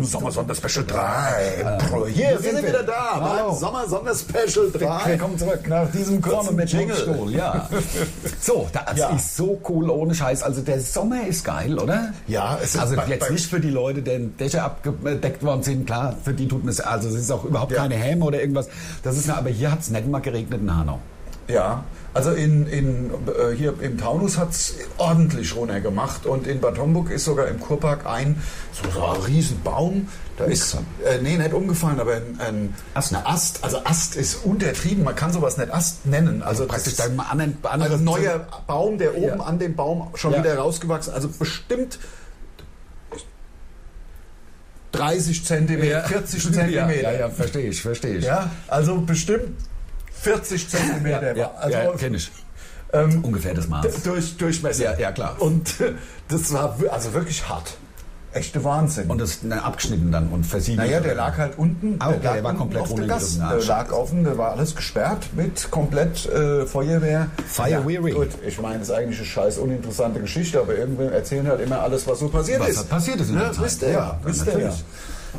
Sommer Sonder Special 3. Pro- Hier, wir sind, sind wir. wieder da Hallo. beim Sommer Sonder Special 3. Willkommen zurück. Nach diesem kurzen Jingle. Mundstuhl, ja. *laughs* So, das Ja. ist so cool ohne Scheiß. Also der Sommer ist geil, oder? Ja, es ist also bei- jetzt bei- nicht für die Leute, deren Dächer abgedeckt worden sind, klar, für die tut mir also es ist auch überhaupt keine Häme oder irgendwas. Das ist, aber hier hat es nicht mal geregnet in Hanau. Ja, also in, in, äh, hier im Taunus hat es ordentlich runtergemacht und in Bad Homburg ist sogar im Kurpark ein so, so ein Riesenbaum. Da ist, äh, nee, nicht umgefallen, aber ein, ein Ast. ein Ast. Also Ast ist untertrieben, man kann sowas nicht Ast nennen. Also das Praktisch ist- da mal andere, Also andere ein neuer Baum, der oben Ja. an dem Baum schon Ja. wieder rausgewachsen, also bestimmt 30 Zentimeter, *laughs* 40 Ja, Zentimeter. ja, ja, verstehe ich, verstehe ich. Ja, also bestimmt 40 Zentimeter. ja, also ja kenne ich. ähm, Ungefähr das Maß. durch, Durchmesser. Ja, ja, klar. Und äh, das war wi- also wirklich hart. Echte Wahnsinn. Und das ne, abgeschnitten dann und versiegelt. naja, der lag halt unten. Ah, okay, lag der war unten komplett auf der Gasse. runtergerissen. Ah, Der lag offen, der war alles gesperrt mit komplett äh, Feuerwehr. Feuerwehring. Ja, gut, ich meine, das ist eigentlich eine scheiß uninteressante Geschichte, aber irgendwann erzählen halt immer alles, was so passiert Was ist. halt passiert ist in Ne, der Zeit. Wisst ihr Ja, ja. Wisst ihr ja. natürlich.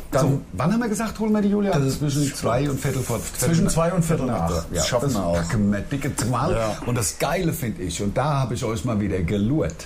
Dann so, wann haben wir gesagt, holen wir die Julia? Das ist zwischen zwei und Viertel vor zwischen zwei und Viertel nach. Ja, Das schaffen wir auch. packen wir dicke Zahl. Ja. Und das Geile finde ich, und da habe ich euch mal wieder *laughs* gelurrt.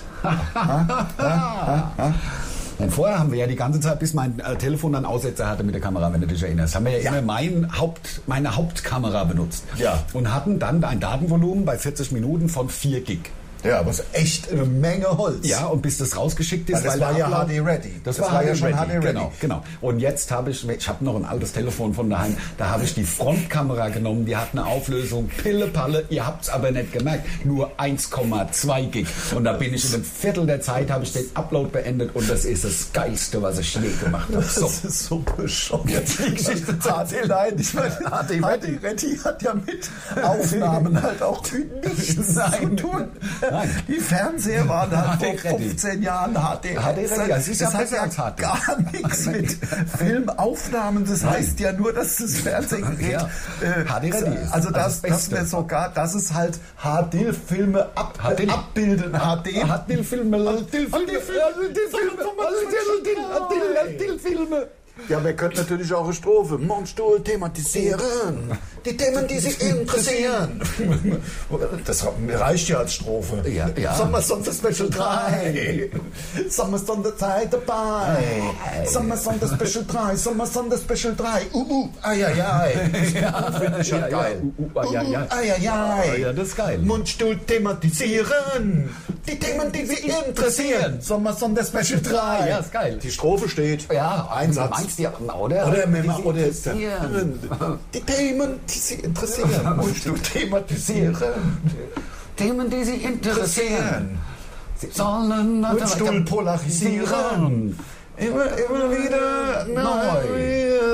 Denn vorher haben wir ja die ganze Zeit, bis mein äh, Telefon dann Aussetzer hatte mit der Kamera, wenn du dich erinnerst, haben wir ja, immer mein Haupt, meine Hauptkamera benutzt. Ja. Und hatten dann ein Datenvolumen bei 40 Minuten von 4 Gig. Ja, aber es ist echt eine Menge Holz. Ja, und bis das rausgeschickt ist, Weil das der war ja Upload- HD ready. Das, Das war, war HD ja schon ready. HD ready. Genau, genau. Und jetzt habe ich, ich habe noch ein altes Telefon von daheim, da habe ich die Frontkamera genommen, die hat eine Auflösung, Pille-Palle, ihr habt es aber nicht gemerkt, nur 1,2 Gig. Und da bin ich in einem Viertel der Zeit, habe ich den Upload beendet und das ist das Geilste, was ich je gemacht habe. So. Das ist so bescheuert. Jetzt die Geschichte zu HD erzählen. Nein, *laughs* ich meine, HD HD Retti. Retti. hat ja mit Aufnahmen halt auch *laughs* nichts Nein. zu tun. Nein. Die Fernseher waren halt HD vor Retti. 15 Jahren HD. HD Retti, das ist ja besser als HD. *laughs* gar nichts mit Filmaufnahmen. Das heißt ja nur, dass das Fernsehgerät Ja. äh, HD Ready ist Also das dass, dass Beste. wir sogar, dass es halt HD-Filme ab, HD. abbilden. HD. Hattil-Filme, Hattil-Filme, Ja, wir könnten natürlich auch eine Strophe. Mondstuhl thematisieren. Die Themen, die Sie interessieren. *laughs* Das reicht ja als Strophe. Ja, ja. Sommer, Sonder Special 3. Sommer, Sonder Zeit dabei. Sommer, Sonder Special 3. Sommer, Sonder Special 3. Uh, uh, ai, ai, ai. *laughs* Finde ich ja Ja, ja. geil. Uh, uh, ai, ai, ai. Uh, ai, ai, ai. Ja, das ist geil. Mundstuhl thematisieren. Die Themen, die Sie interessieren. Sommer, Sonder Special 3. Ja, ist geil. Die Strophe steht. Ja, Einsatz. Meinst du ja, oder? Oder, Die Mema- sie oder interessieren. die Themen, die *laughs* sie interessieren, musst du thematisieren. Themen, die Sie interessieren, sollen Mundstuhl polarisieren. Immer, immer wieder Neu.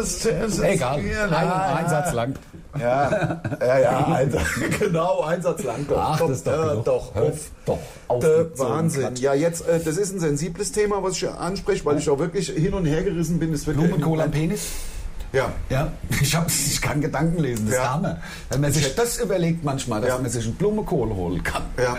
Es- es- es- Egal, Ja, ein, ja. ein Satz lang. Ja, ja, ja ein, *laughs* genau, Einsatz lang. Doch, Ach, doch, das ist doch äh, genug. doch, Hör auf. doch auf Der mit so einem Wahnsinn. Quatsch. Ja, jetzt, äh, das ist ein sensibles Thema, was ich anspreche, weil ich auch wirklich hin und her gerissen bin. Das wird Blumenkohl am Penis? Ja, Ja, ich, hab, ich kann Gedanken lesen, das Ja. ja. Hammer. Wenn man sich das überlegt manchmal, dass Ja. man sich einen Blumenkohl holen kann Ja.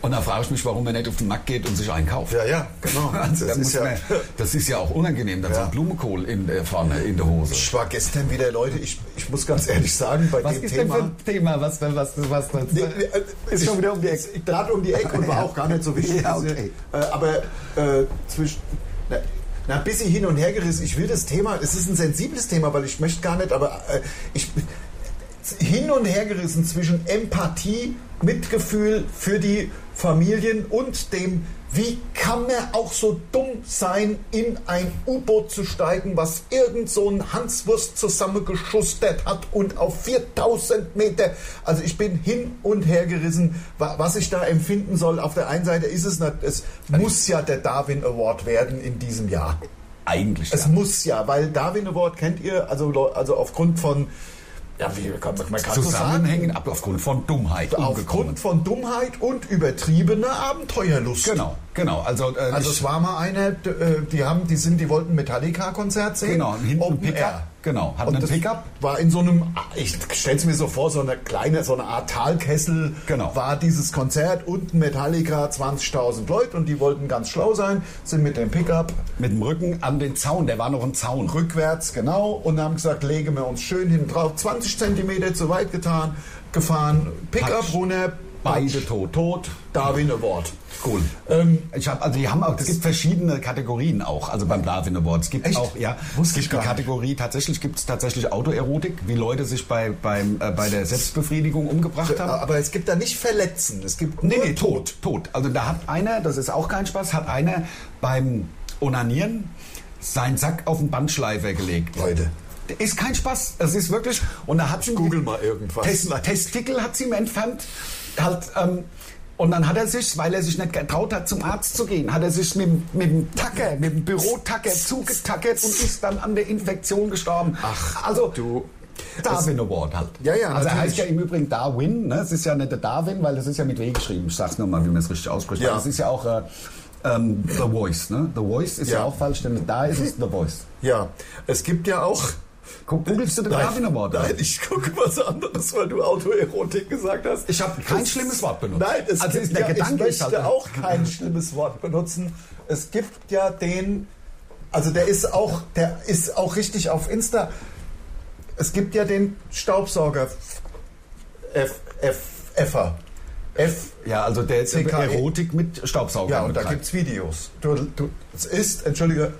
Und da frage ich mich, warum man nicht auf den Markt geht und sich einkauft. Ja, ja, *laughs* genau. Also, das, Das ist ist ja- man, das ist ja auch unangenehm, dann so Ja. ein Blumenkohl in, der- vorne in der Hose. Ich war gestern wieder, Leute, ich, ich muss ganz ehrlich sagen, bei dem Thema. ein Thema? Was, was, was, was, was Nee, nee, äh, Ist schon wieder um die Ecke. Gerade um die Ecke und war auch gar nicht so wichtig. Ja, okay. Äh, aber äh, zwischen. Na, na, ein bisschen hin und her gerissen. Ich will das Thema, es ist ein sensibles Thema, weil ich möchte gar nicht, aber äh, ich. Hin und her gerissen zwischen Empathie, Mitgefühl für die Familien und dem, wie kann man auch so dumm sein, in ein U-Boot zu steigen, was irgend so ein Hanswurst zusammengeschustert hat und auf 4000 Meter. Also ich bin hin und her gerissen, wa- was ich da empfinden soll. Auf der einen Seite ist es, nat- es muss ja der Darwin Award werden in diesem Jahr. Eigentlich. Es ja. muss ja, weil Darwin Award kennt ihr, also, Leu- also aufgrund von, ja, wie kann man man kann so Also sagen, Zusammenhängen ab aufgrund von Dummheit umgekommen. aufgrund von Dummheit und übertriebener Abenteuerlust. Genau, genau. Also, äh, Also ich- es war mal einer, d- äh, die haben, die sind, die wollten Metallica-Konzert sehen. Genau, und hinten Open ein Pickup. Air. Genau, hatten Und einen das Pickup. War in so einem, ich stell's mir so vor, so eine kleine, so eine Art Talkessel Genau. war dieses Konzert. Unten Metallica, 20.000 Leute und die wollten ganz schlau sein, sind mit dem Pickup mit dem Rücken an den Zaun, der war noch ein Zaun. rückwärts, genau, und haben gesagt, legen wir uns schön hin drauf. 20 Zentimeter zu weit getan, gefahren, Pickup Patsch. runter, Beide Patsch, tot. Tot. Darwin Award. Cool. Ähm, Ich hab, also die haben auch, es gibt verschiedene Kategorien auch, also beim Darwin Award. Es gibt Echt? auch, ja, es Wusste ich gibt gar eine nicht. Kategorie, tatsächlich gibt es tatsächlich Autoerotik, wie Leute sich bei, beim, äh, bei der Selbstbefriedigung umgebracht haben. aber es gibt da nicht Verletzen, es gibt Nee, nur nee, tot, tot. Also da hat einer, das ist auch kein Spaß, hat einer beim Onanieren seinen Sack auf den Bandschleifer gelegt. Leute. Ist kein Spaß, es ist wirklich. Und da hat sie google mal irgendwas. Test, Testikel hat sie ihm entfernt. Halt, ähm, und dann hat er sich, weil er sich nicht getraut hat, zum Arzt zu gehen, hat er sich mit, dem- mit dem Tacker, mit dem Bürotacker zugetackert und ist dann an der Infektion gestorben. Ach, also du- Darwin Award halt. Ja, ja, Also er natürlich. heißt ja im Übrigen Darwin. Ne? Es ist ja nicht der Darwin, weil das ist ja mit W geschrieben. Ich sag's nochmal, wie man es richtig ausspricht. Ja. Aber es ist ja auch äh, ähm, The Voice. Ne? The Voice ist ja. Ja. auch falsch, denn da ist es The Voice. Ja, es gibt ja auch. Guck, googelst du den Darwin Award? Nein, ich gucke was anderes, weil du Autoerotik gesagt hast. Ich hab kein Es- schlimmes Wort benutzt. Nein, es Also gibt ist der ja, Gedanke ich ist halt- möchte auch kein schlimmes Wort benutzen. Es gibt ja den, also der ist auch, der ist auch richtig auf Insta. Es gibt ja den Staubsauger F, F, F, Effer. F, Ja, also der ist CKE. Erotik mit Staubsauger. Ja, und da betreibt. gibt's Videos. Du, du, es ist, entschuldige,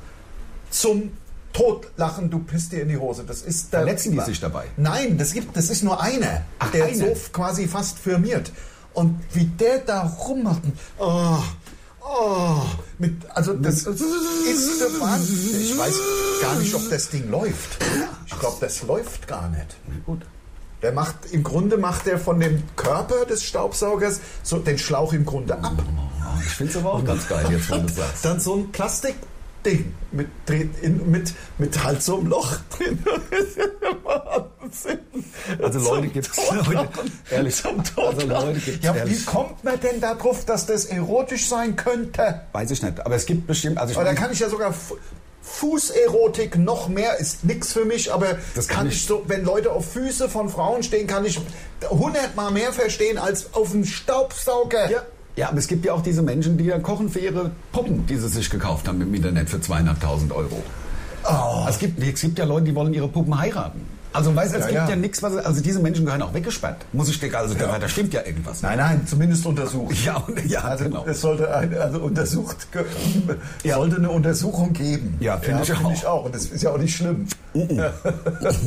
zum Totlachen, du pisst dir in die Hose. Das ist der Verletzen die sich dabei? Nein, das, gibt, das ist nur einer, Ach, der einer. so f- quasi fast firmiert. Und wie der da rummacht, oh, oh, mit, also das ist der Wahnsinn. Ich weiß gar nicht, ob das Ding läuft. Ich glaube, das läuft gar nicht. Gut. Der macht, im Grunde macht er von dem Körper des Staubsaugers so den Schlauch im Grunde ab. Ich finde es aber auch ganz geil, jetzt wo du sagst. Dann so ein Plastikding mit, drin- in, mit, mit halt so einem Loch drin. *laughs* *laughs* Also Leute gibt's Leute, ehrlich, also Leute gibt's Ja, wie ehrlich, kommt man denn darauf, dass das erotisch sein könnte? weiß ich nicht, aber es gibt bestimmt, also ich Weil da mein- kann ich ja sogar Fu- Fußerotik noch mehr ist nix für mich, aber Das kann kann ich ich- so, wenn Leute auf Füße von Frauen stehen, kann ich hundertmal mehr verstehen als auf einen Staubsauger. ja, ja, aber es gibt ja auch diese Menschen, die dann kochen für ihre Puppen, die sie sich gekauft haben im Internet für 200.000 Euro. Es, gibt, es gibt ja Leute, die wollen ihre Puppen heiraten. Also weißt du, es Oh. Ja, gibt ja. ja, nichts, was also diese Menschen gehören auch weggesperrt. Muss ich dir also da- da stimmt ja irgendwas. Nein, nein, zumindest untersucht. Ja, und- ja, also, genau. Es sollte eine, also untersucht, ge- sollte eine Untersuchung geben. Ja, finde ich auch. Find ich auch. Und das ist ja auch nicht schlimm.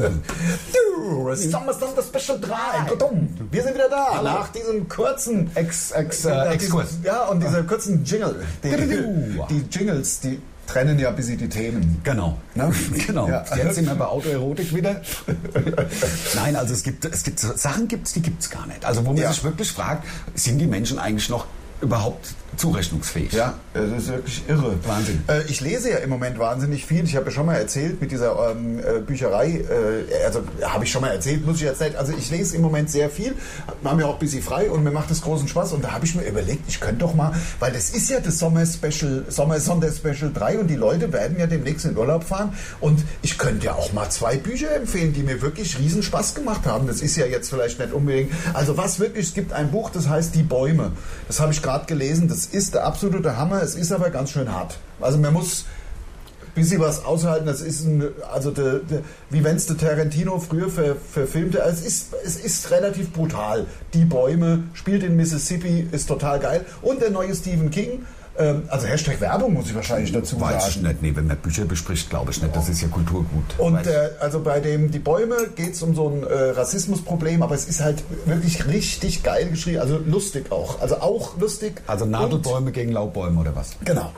du, Summer Thunder Special 3. Gudum. Wir sind wieder da. Nach diesem kurzen Ex ex nach äh, diesem- Exkurs. Ja, und dieser kurzen Jingle. Dididu. Die, die Jingles, die trennen ja ein bisschen die Themen. Genau. Ne? *laughs* genau. Ja. Jetzt sind wir bei Autoerotik wieder. *laughs* Nein, also es gibt, es gibt so- Sachen gibt's, die gibt's gar nicht. Also wo man Ja. sich wirklich fragt, sind die Menschen eigentlich noch überhaupt zurechnungsfähig? Ja, das ist wirklich irre. Wahnsinn. Äh, ich lese ja im Moment wahnsinnig viel. Ich habe ja schon mal erzählt mit dieser ähm, äh, Bücherei. Äh, also habe ich schon mal erzählt, muss ich jetzt nicht. Also ich lese im Moment sehr viel. War mir auch ein bisschen frei und mir macht es großen Spaß. Und da habe ich mir überlegt, ich könnte doch mal, weil das ist ja das Sommer-Special, Sommer-Sonder-Special 3 und die Leute werden ja demnächst in Urlaub fahren. Und ich könnte ja auch mal zwei Bücher empfehlen, die mir wirklich riesen Spaß gemacht haben. Das ist ja jetzt vielleicht nicht unbedingt. Also was wirklich, es gibt ein Buch, das heißt Die Bäume. Das habe ich gerade gerade gelesen, das ist der absolute Hammer, es ist aber ganz schön hart. Also man muss ein bisschen was aushalten, das ist ein, also de, de, wie wenn es der Tarantino früher ver, verfilmte, also es ist, es ist relativ brutal. Die Bäume, spielt in Mississippi, ist total geil. Und der neue Stephen King, ähm, also Hashtag Werbung muss ich wahrscheinlich dazu Weiß sagen. ich nicht. Nee, wenn man Bücher bespricht, glaube ich nicht. Das ist ja Kulturgut. Und Weiß äh, also bei dem Die Bäume geht es um so ein äh, Rassismusproblem, aber es ist halt wirklich richtig geil geschrieben, also lustig auch. Also auch lustig. also Nadelbäume gegen Laubbäume oder was? Und, genau.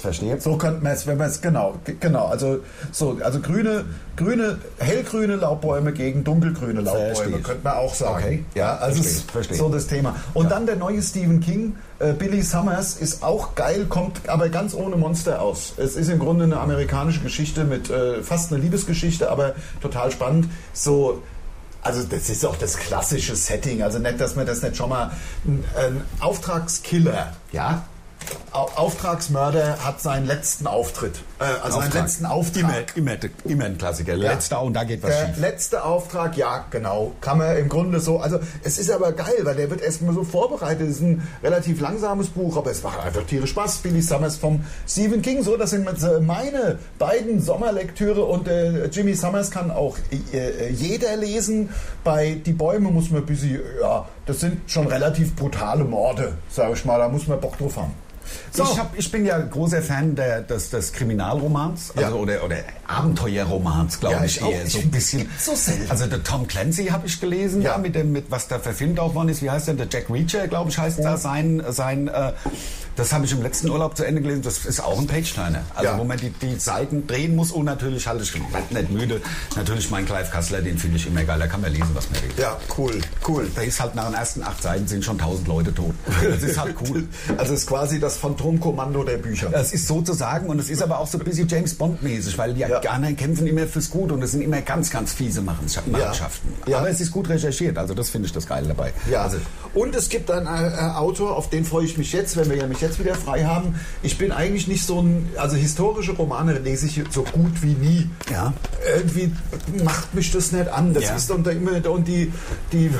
Verstehe. So könnte man es, wenn man es, genau, ge- genau. Also, so, also grüne, grüne, hellgrüne Laubbäume gegen dunkelgrüne Laubbäume, Verstehe. könnte man auch sagen. Okay. Ja, also Verstehe, es ist verstehe. so das Thema. Und dann der neue Stephen King, äh, Billy Summers, ist auch geil, kommt aber ganz ohne Monster aus. Es ist im Grunde eine amerikanische Geschichte mit äh, fast eine Liebesgeschichte, aber total spannend. So, also das ist auch das klassische Setting. Also nicht, dass man das nicht schon mal ein, ein Auftragskiller, ja, Au Auftragsmörder hat seinen letzten Auftritt. Äh, also seinen Auftrag. letzten Äh, Auftritt. Immer, immer, immer ein Klassiker. Letzter und da geht was Der schief. letzte Auftrag, ja, genau. Kann man im Grunde so. Also, es ist aber geil, weil der wird erstmal so vorbereitet. Es ist ein relativ langsames Buch, aber es macht einfach tierisch Spaß. Billy Summers vom Stephen King. So, das sind mit- äh, meine beiden Sommerlektüre. Und äh, Jimmy Summers kann auch äh, äh, jeder lesen. Bei Die Bäume muss man ein bisschen, ja, das sind schon relativ brutale Morde, sage ich mal. Da muss man Bock drauf haben. So. Ich, hab, ich bin ja großer Fan der, des, des Kriminalromans also Ja. oder, oder Abenteuerromans, glaube Ja, ich, ich auch. eher. Ich So ein find, bisschen. gibt's so selten. Also der Tom Clancy habe ich gelesen, Ja. ja. mit dem, mit was da verfilmt auch worden ist. Wie heißt der? Der Jack Reacher, glaube ich, heißt da sein. sein äh, das habe ich im letzten Urlaub zu Ende gelesen. Das ist auch ein Page-Turner. Also Ja. wo man die, die Seiten drehen muss und natürlich halt, ich werd nicht müde, natürlich meinen Clive Kassler, den finde ich immer geil. Da kann man lesen, was man will. Ja, cool, cool. Da ist halt nach den ersten acht Seiten sind schon tausend Leute tot. Das ist halt *laughs* cool. Also, es ist quasi das Phantomkommando der Bücher. Es ist sozusagen, und es ist aber auch so ein bisschen James Bond-mäßig, weil die Ja. anderen kämpfen immer fürs Gut und es sind immer ganz, ganz fiese Machenschaften. Machenschaften. Ja. Aber es ist gut recherchiert, also das finde ich das Geile dabei. Ja, Also, und es gibt einen äh, Autor, auf den freue ich mich jetzt, wenn wir ja mich jetzt wieder frei haben. Ich bin eigentlich nicht so ein, also historische Romane lese ich so gut wie nie. Ja. Irgendwie macht mich das nicht an. Das Ja. ist dann da immer, da und die, die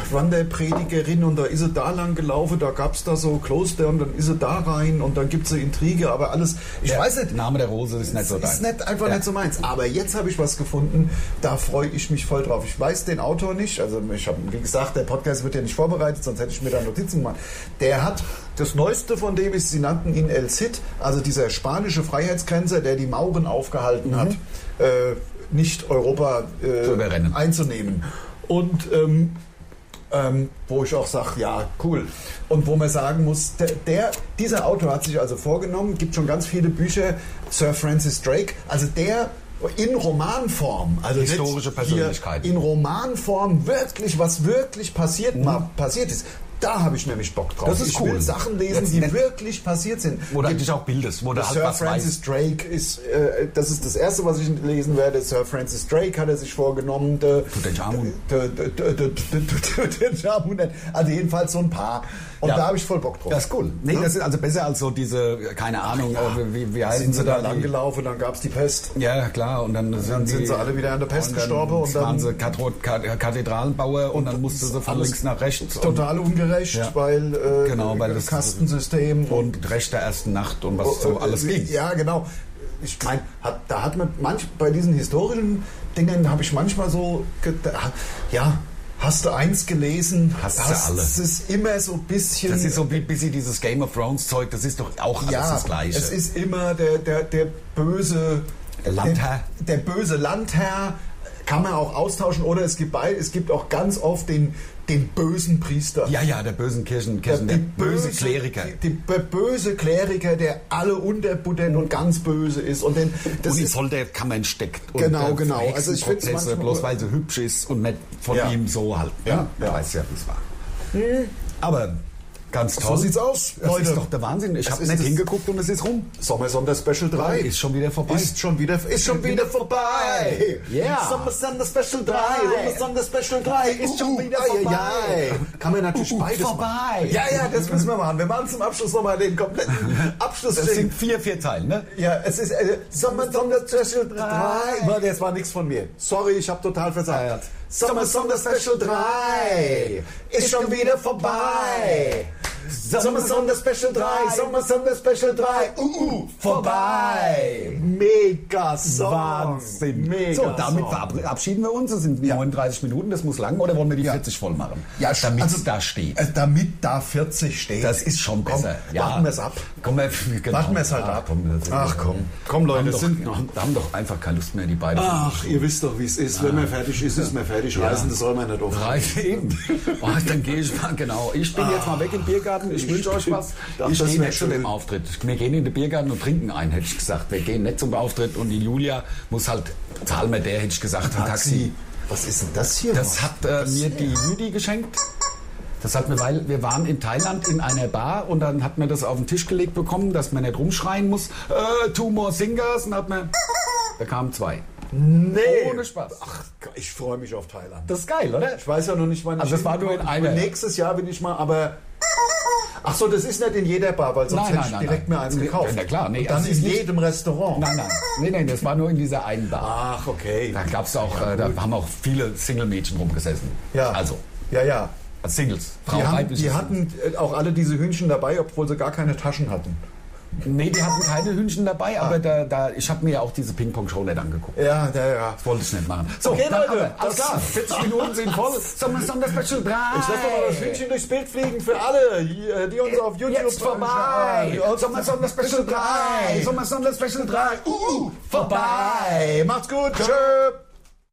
Wanderpredigerin und da ist sie da lang gelaufen, da gab es da so Kloster und dann ist sie da rein und dann gibt es eine Intrige, aber alles, ich weiß nicht, Name der Rose ist nicht so dein. ist nicht, einfach Ja. nicht so meins. Aber jetzt habe ich was gefunden, da freue ich mich voll drauf. Ich weiß den Autor nicht, also ich habe, wie gesagt, der Podcast wird ja nicht vorbereitet, sonst hätte ich mir da Notizen gemacht. Der hat, das Neueste von dem ist, sie nannten ihn El Cid, also dieser spanische Freiheitsgrenzer, der die Mauren aufgehalten hat, äh, nicht Europa äh, Mhm. Zu überrennen. einzunehmen. Und ähm, ähm, wo ich auch sage, ja, cool. Und wo man sagen muss, der, der, dieser Autor hat sich also vorgenommen, gibt schon ganz viele Bücher, Sir Francis Drake, also der in Romanform, also nicht Historische Persönlichkeiten. Mhm. Hier in Romanform wirklich, was wirklich passiert, mal passiert ist. Da habe ich nämlich Bock drauf. Das ist ich cool. will Sachen lesen, Jetzt die nicht- wirklich passiert sind. Wo du Gibt- eigentlich auch bildest, wo du halt Sir was weißt. Francis Drake ist, äh, das ist das erste, was ich lesen werde. Sir Francis Drake hat er sich vorgenommen. der- Tutanchamun. der- der- der- der- der- Tutanchamun nicht. Also jedenfalls so ein paar. Und Ja. da habe ich voll Bock drauf. Das ist cool. Nee, das ist also besser als so diese, keine Ahnung, äh, wie, wie heißen sind sie da die- lang gelaufen, dann gab es die Pest. Ja, klar, und dann, dann sind die- sie alle wieder an der Pest und dann gestorben und dann- waren sie Kathro- Ka- Kathedralenbauer und, dann musste sie von alles links nach rechts. und- Total ungerecht, Ja. weil, äh, Genau, weil das- Kastensystem und Recht der ersten Nacht und was so Äh, um alles äh, ging. Ja, genau. Ich meine, hat, da hat man manch, bei diesen historischen Dingen habe ich manchmal so, gedacht, ja, hast du eins gelesen, Hast du das, alle. Es ist immer so ein bisschen. Das ist so ein bisschen dieses Game of Thrones Zeug, das ist doch auch alles ja, das Gleiche. es ist immer der, der, der böse Der Landherr. Der, der böse Landherr kann man auch austauschen oder es gibt bei, es gibt auch ganz oft den, den bösen Priester. ja, ja, der bösen Kirchen, Kirchen der, die böse, Kleriker. Die, die, der böse Kleriker, der alle unterbuttert und ganz böse ist. Und den, das und in ist, Folterkammern steckt. Genau, und, genau. Also ich find's Prozesse, manchmal- bloß weil sie hübsch ist und nicht von Ja. ihm so halt. ne? Ja, Du ja. Hm. weißt ja, wie es war. Aber ganz So toll. sieht's aus, Das Also, Leute. ist doch der Wahnsinn. Ich Das habe ist nicht das- hingeguckt und es ist rum. Sommersonder Special 3 Ist schon wieder vorbei. Ist schon wieder, ist schon wieder vorbei. Yeah. Sommersonder Special 3. Sommersonder Special 3 ist schon wieder vorbei. Kann man natürlich beides vorbei. machen. Ja, ja, das müssen wir machen. Wir machen zum Abschluss nochmal den kompletten *laughs* Abschluss. Das sind vier, vier Teile, ne? Ja, es ist äh, Summer Summer Special 3. Warte, das war nichts von mir. Sorry, ich habe total versagt. Ja, ja. Summer Summer Special 3 ist schon wieder vorbei. Sommer, Sommer Special 3, Sommer, Sommer Special 3, uh, uh, vorbei. Mega Song. Wahnsinn. Mega so, damit Song. verabschieden wir uns. Es sind 39 Minuten, das muss lang. Oder wollen wir die 40 voll machen? Ja, damit also- es da steht. Äh, Damit da 40 steht. Das ist schon Komm, besser. Warten wir es ab. Komm, wir, *laughs* genau. Warten wir es halt Ah, ab. komm, das- Ach komm, komm Haben Leute, doch, sind haben doch einfach keine Lust mehr, die beiden. Ach, ihr wisst doch, wie es ist. Wenn man fertig ist, ist man fertig. Reisen, das soll man nicht auf. Reicht *laughs* eben. Boah, dann gehe ich mal, genau. Ich bin Ah. jetzt mal weg im Biergarten. Ich, Ich wünsche euch bin- was. Ach, ich das gehe wär nicht zu schön. dem Auftritt. Wir gehen in den Biergarten und trinken einen, hätte ich gesagt. Wir gehen nicht zum Auftritt. Und die Julia muss halt, zahlen wir der, hätte ich gesagt, ein Taxi. Was ist denn das hier? Das noch? hat äh, mir die Judy geschenkt. Das hat mir, weil wir waren in Thailand in einer Bar und dann hat mir das auf den Tisch gelegt bekommen, dass man nicht rumschreien muss. Äh, two more singers. Und hat man, da kamen zwei. nee. Ohne Spaß. Ach, Ich freue mich auf Thailand. das ist geil, oder? Ich weiß ja noch nicht, wann Also ich das war nur in hinkomme. einer. Und Nächstes Jahr bin ich mal, aber. Ach so, das ist nicht in jeder Bar, weil sonst Nein, hätte ich nein, nein, direkt nein. mir eins Nee, gekauft. na klar, nee, Und dann also in ist nicht- jedem Restaurant. Nein, nein, nein, nein, das war nur in dieser einen Bar. Ach, okay. Da gab's auch, äh, da haben auch viele Single-Mädchen rumgesessen. Ja. Also, Ja, ja. als Singles. Die, haben, weibliche die Singles. hatten äh, auch alle diese Hühnchen dabei, obwohl sie gar keine Taschen hatten. Nee, die hatten keine Hühnchen dabei, aber da, da, ich habe mir ja auch diese Ping-Pong-Show nicht angeguckt. Ja, ja, ja. Das wollte ich nicht machen. So, Okay, dann Leute, haben wir- alles das- klar. 40 Minuten sind voll. Sommer, Sommer, Special 3. Ich lasse doch mal das Hühnchen durchs Bild fliegen für alle, die- die uns auf YouTube Jetzt vorbei. anschauen. Sommer, Sommer, Special 3. Sommer, Sommer, Special 3. Uh, Vorbei. Macht's gut. Tschö.